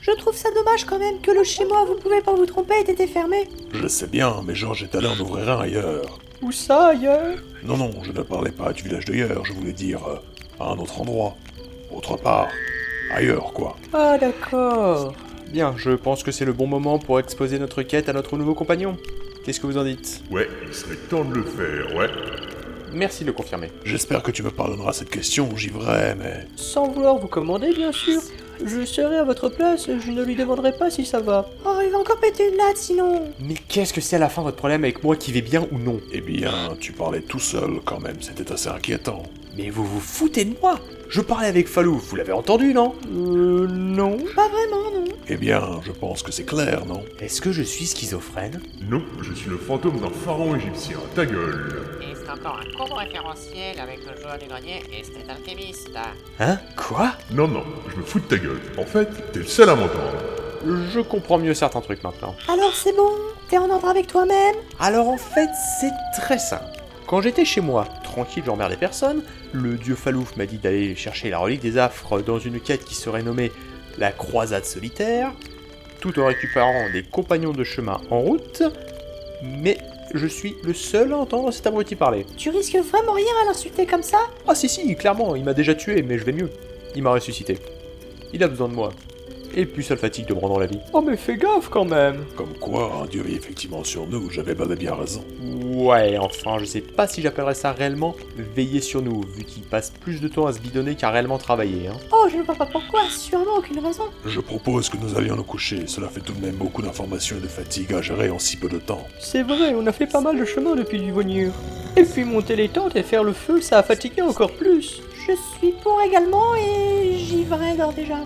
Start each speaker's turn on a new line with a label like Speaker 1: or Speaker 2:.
Speaker 1: Je trouve ça dommage quand même que le chez moi, vous pouvez pas vous tromper, ait été fermé.
Speaker 2: Je sais bien, mais Georges est allé en ouvrir un ailleurs.
Speaker 1: Où ça, ailleurs
Speaker 2: Non, non, je ne parlais pas du village d'ailleurs, je voulais dire euh, à un autre endroit. Autre part. Ailleurs, quoi.
Speaker 1: Ah, d'accord.
Speaker 3: Bien, je pense que c'est le bon moment pour exposer notre quête à notre nouveau compagnon. Qu'est-ce que vous en dites
Speaker 4: Ouais, il serait temps de le faire, ouais.
Speaker 3: Merci de le confirmer.
Speaker 2: J'espère que tu me pardonneras cette question, Givray, mais.
Speaker 1: Sans vouloir vous commander, bien sûr. Je serai à votre place, je ne lui demanderai pas si ça va. Oh, il va encore péter une latte sinon.
Speaker 3: Mais qu'est-ce que c'est à la fin votre problème avec moi qui vais bien ou non
Speaker 2: Eh bien, tu parlais tout seul quand même, c'était assez inquiétant.
Speaker 3: Mais vous vous foutez de moi Je parlais avec Falou, vous l'avez entendu, non Euh, non.
Speaker 1: Pas vraiment, non.
Speaker 2: Eh bien, je pense que c'est clair, non
Speaker 3: Est-ce que je suis schizophrène
Speaker 4: Non, je suis le fantôme d'un pharaon égyptien, ta gueule.
Speaker 5: Et c'est encore un combo référentiel avec le joueur du grenier et cet alchimiste.
Speaker 3: Hein Quoi
Speaker 4: Non, non, je me fous de ta gueule. En fait, t'es le seul à m'entendre.
Speaker 3: Je comprends mieux certains trucs maintenant.
Speaker 1: Alors c'est bon T'es en ordre avec toi-même
Speaker 3: Alors en fait, c'est très simple. Quand j'étais chez moi, tranquille, j'emmerdais personne, le dieu Falouf m'a dit d'aller chercher la relique des affres dans une quête qui serait nommée la croisade solitaire, tout en récupérant des compagnons de chemin en route, mais je suis le seul à entendre cet abruti parler.
Speaker 1: Tu risques vraiment rien à l'insulter comme ça
Speaker 3: Ah si si, clairement, il m'a déjà tué, mais je vais mieux. Il m'a ressuscité. Il a besoin de moi. Et puis ça le fatigue de me rendre la vie.
Speaker 1: Oh mais fais gaffe quand même
Speaker 2: Comme quoi, un dieu est effectivement sur nous, j'avais bel et bien raison.
Speaker 3: Ouais, enfin, je sais pas si j'appellerais ça réellement veiller sur nous, vu qu'il passe plus de temps à se bidonner qu'à réellement travailler. Hein.
Speaker 1: Oh je ne vois pas pourquoi, sûrement aucune raison.
Speaker 2: Je propose que nous allions nous coucher, cela fait tout de même beaucoup d'informations et de fatigue à gérer en si peu de temps.
Speaker 1: C'est vrai, on a fait pas mal de chemin depuis du Vonure. Et puis monter les tentes et faire le feu, ça a fatigué encore plus. Je suis pour également et j'y vais d'or déjà.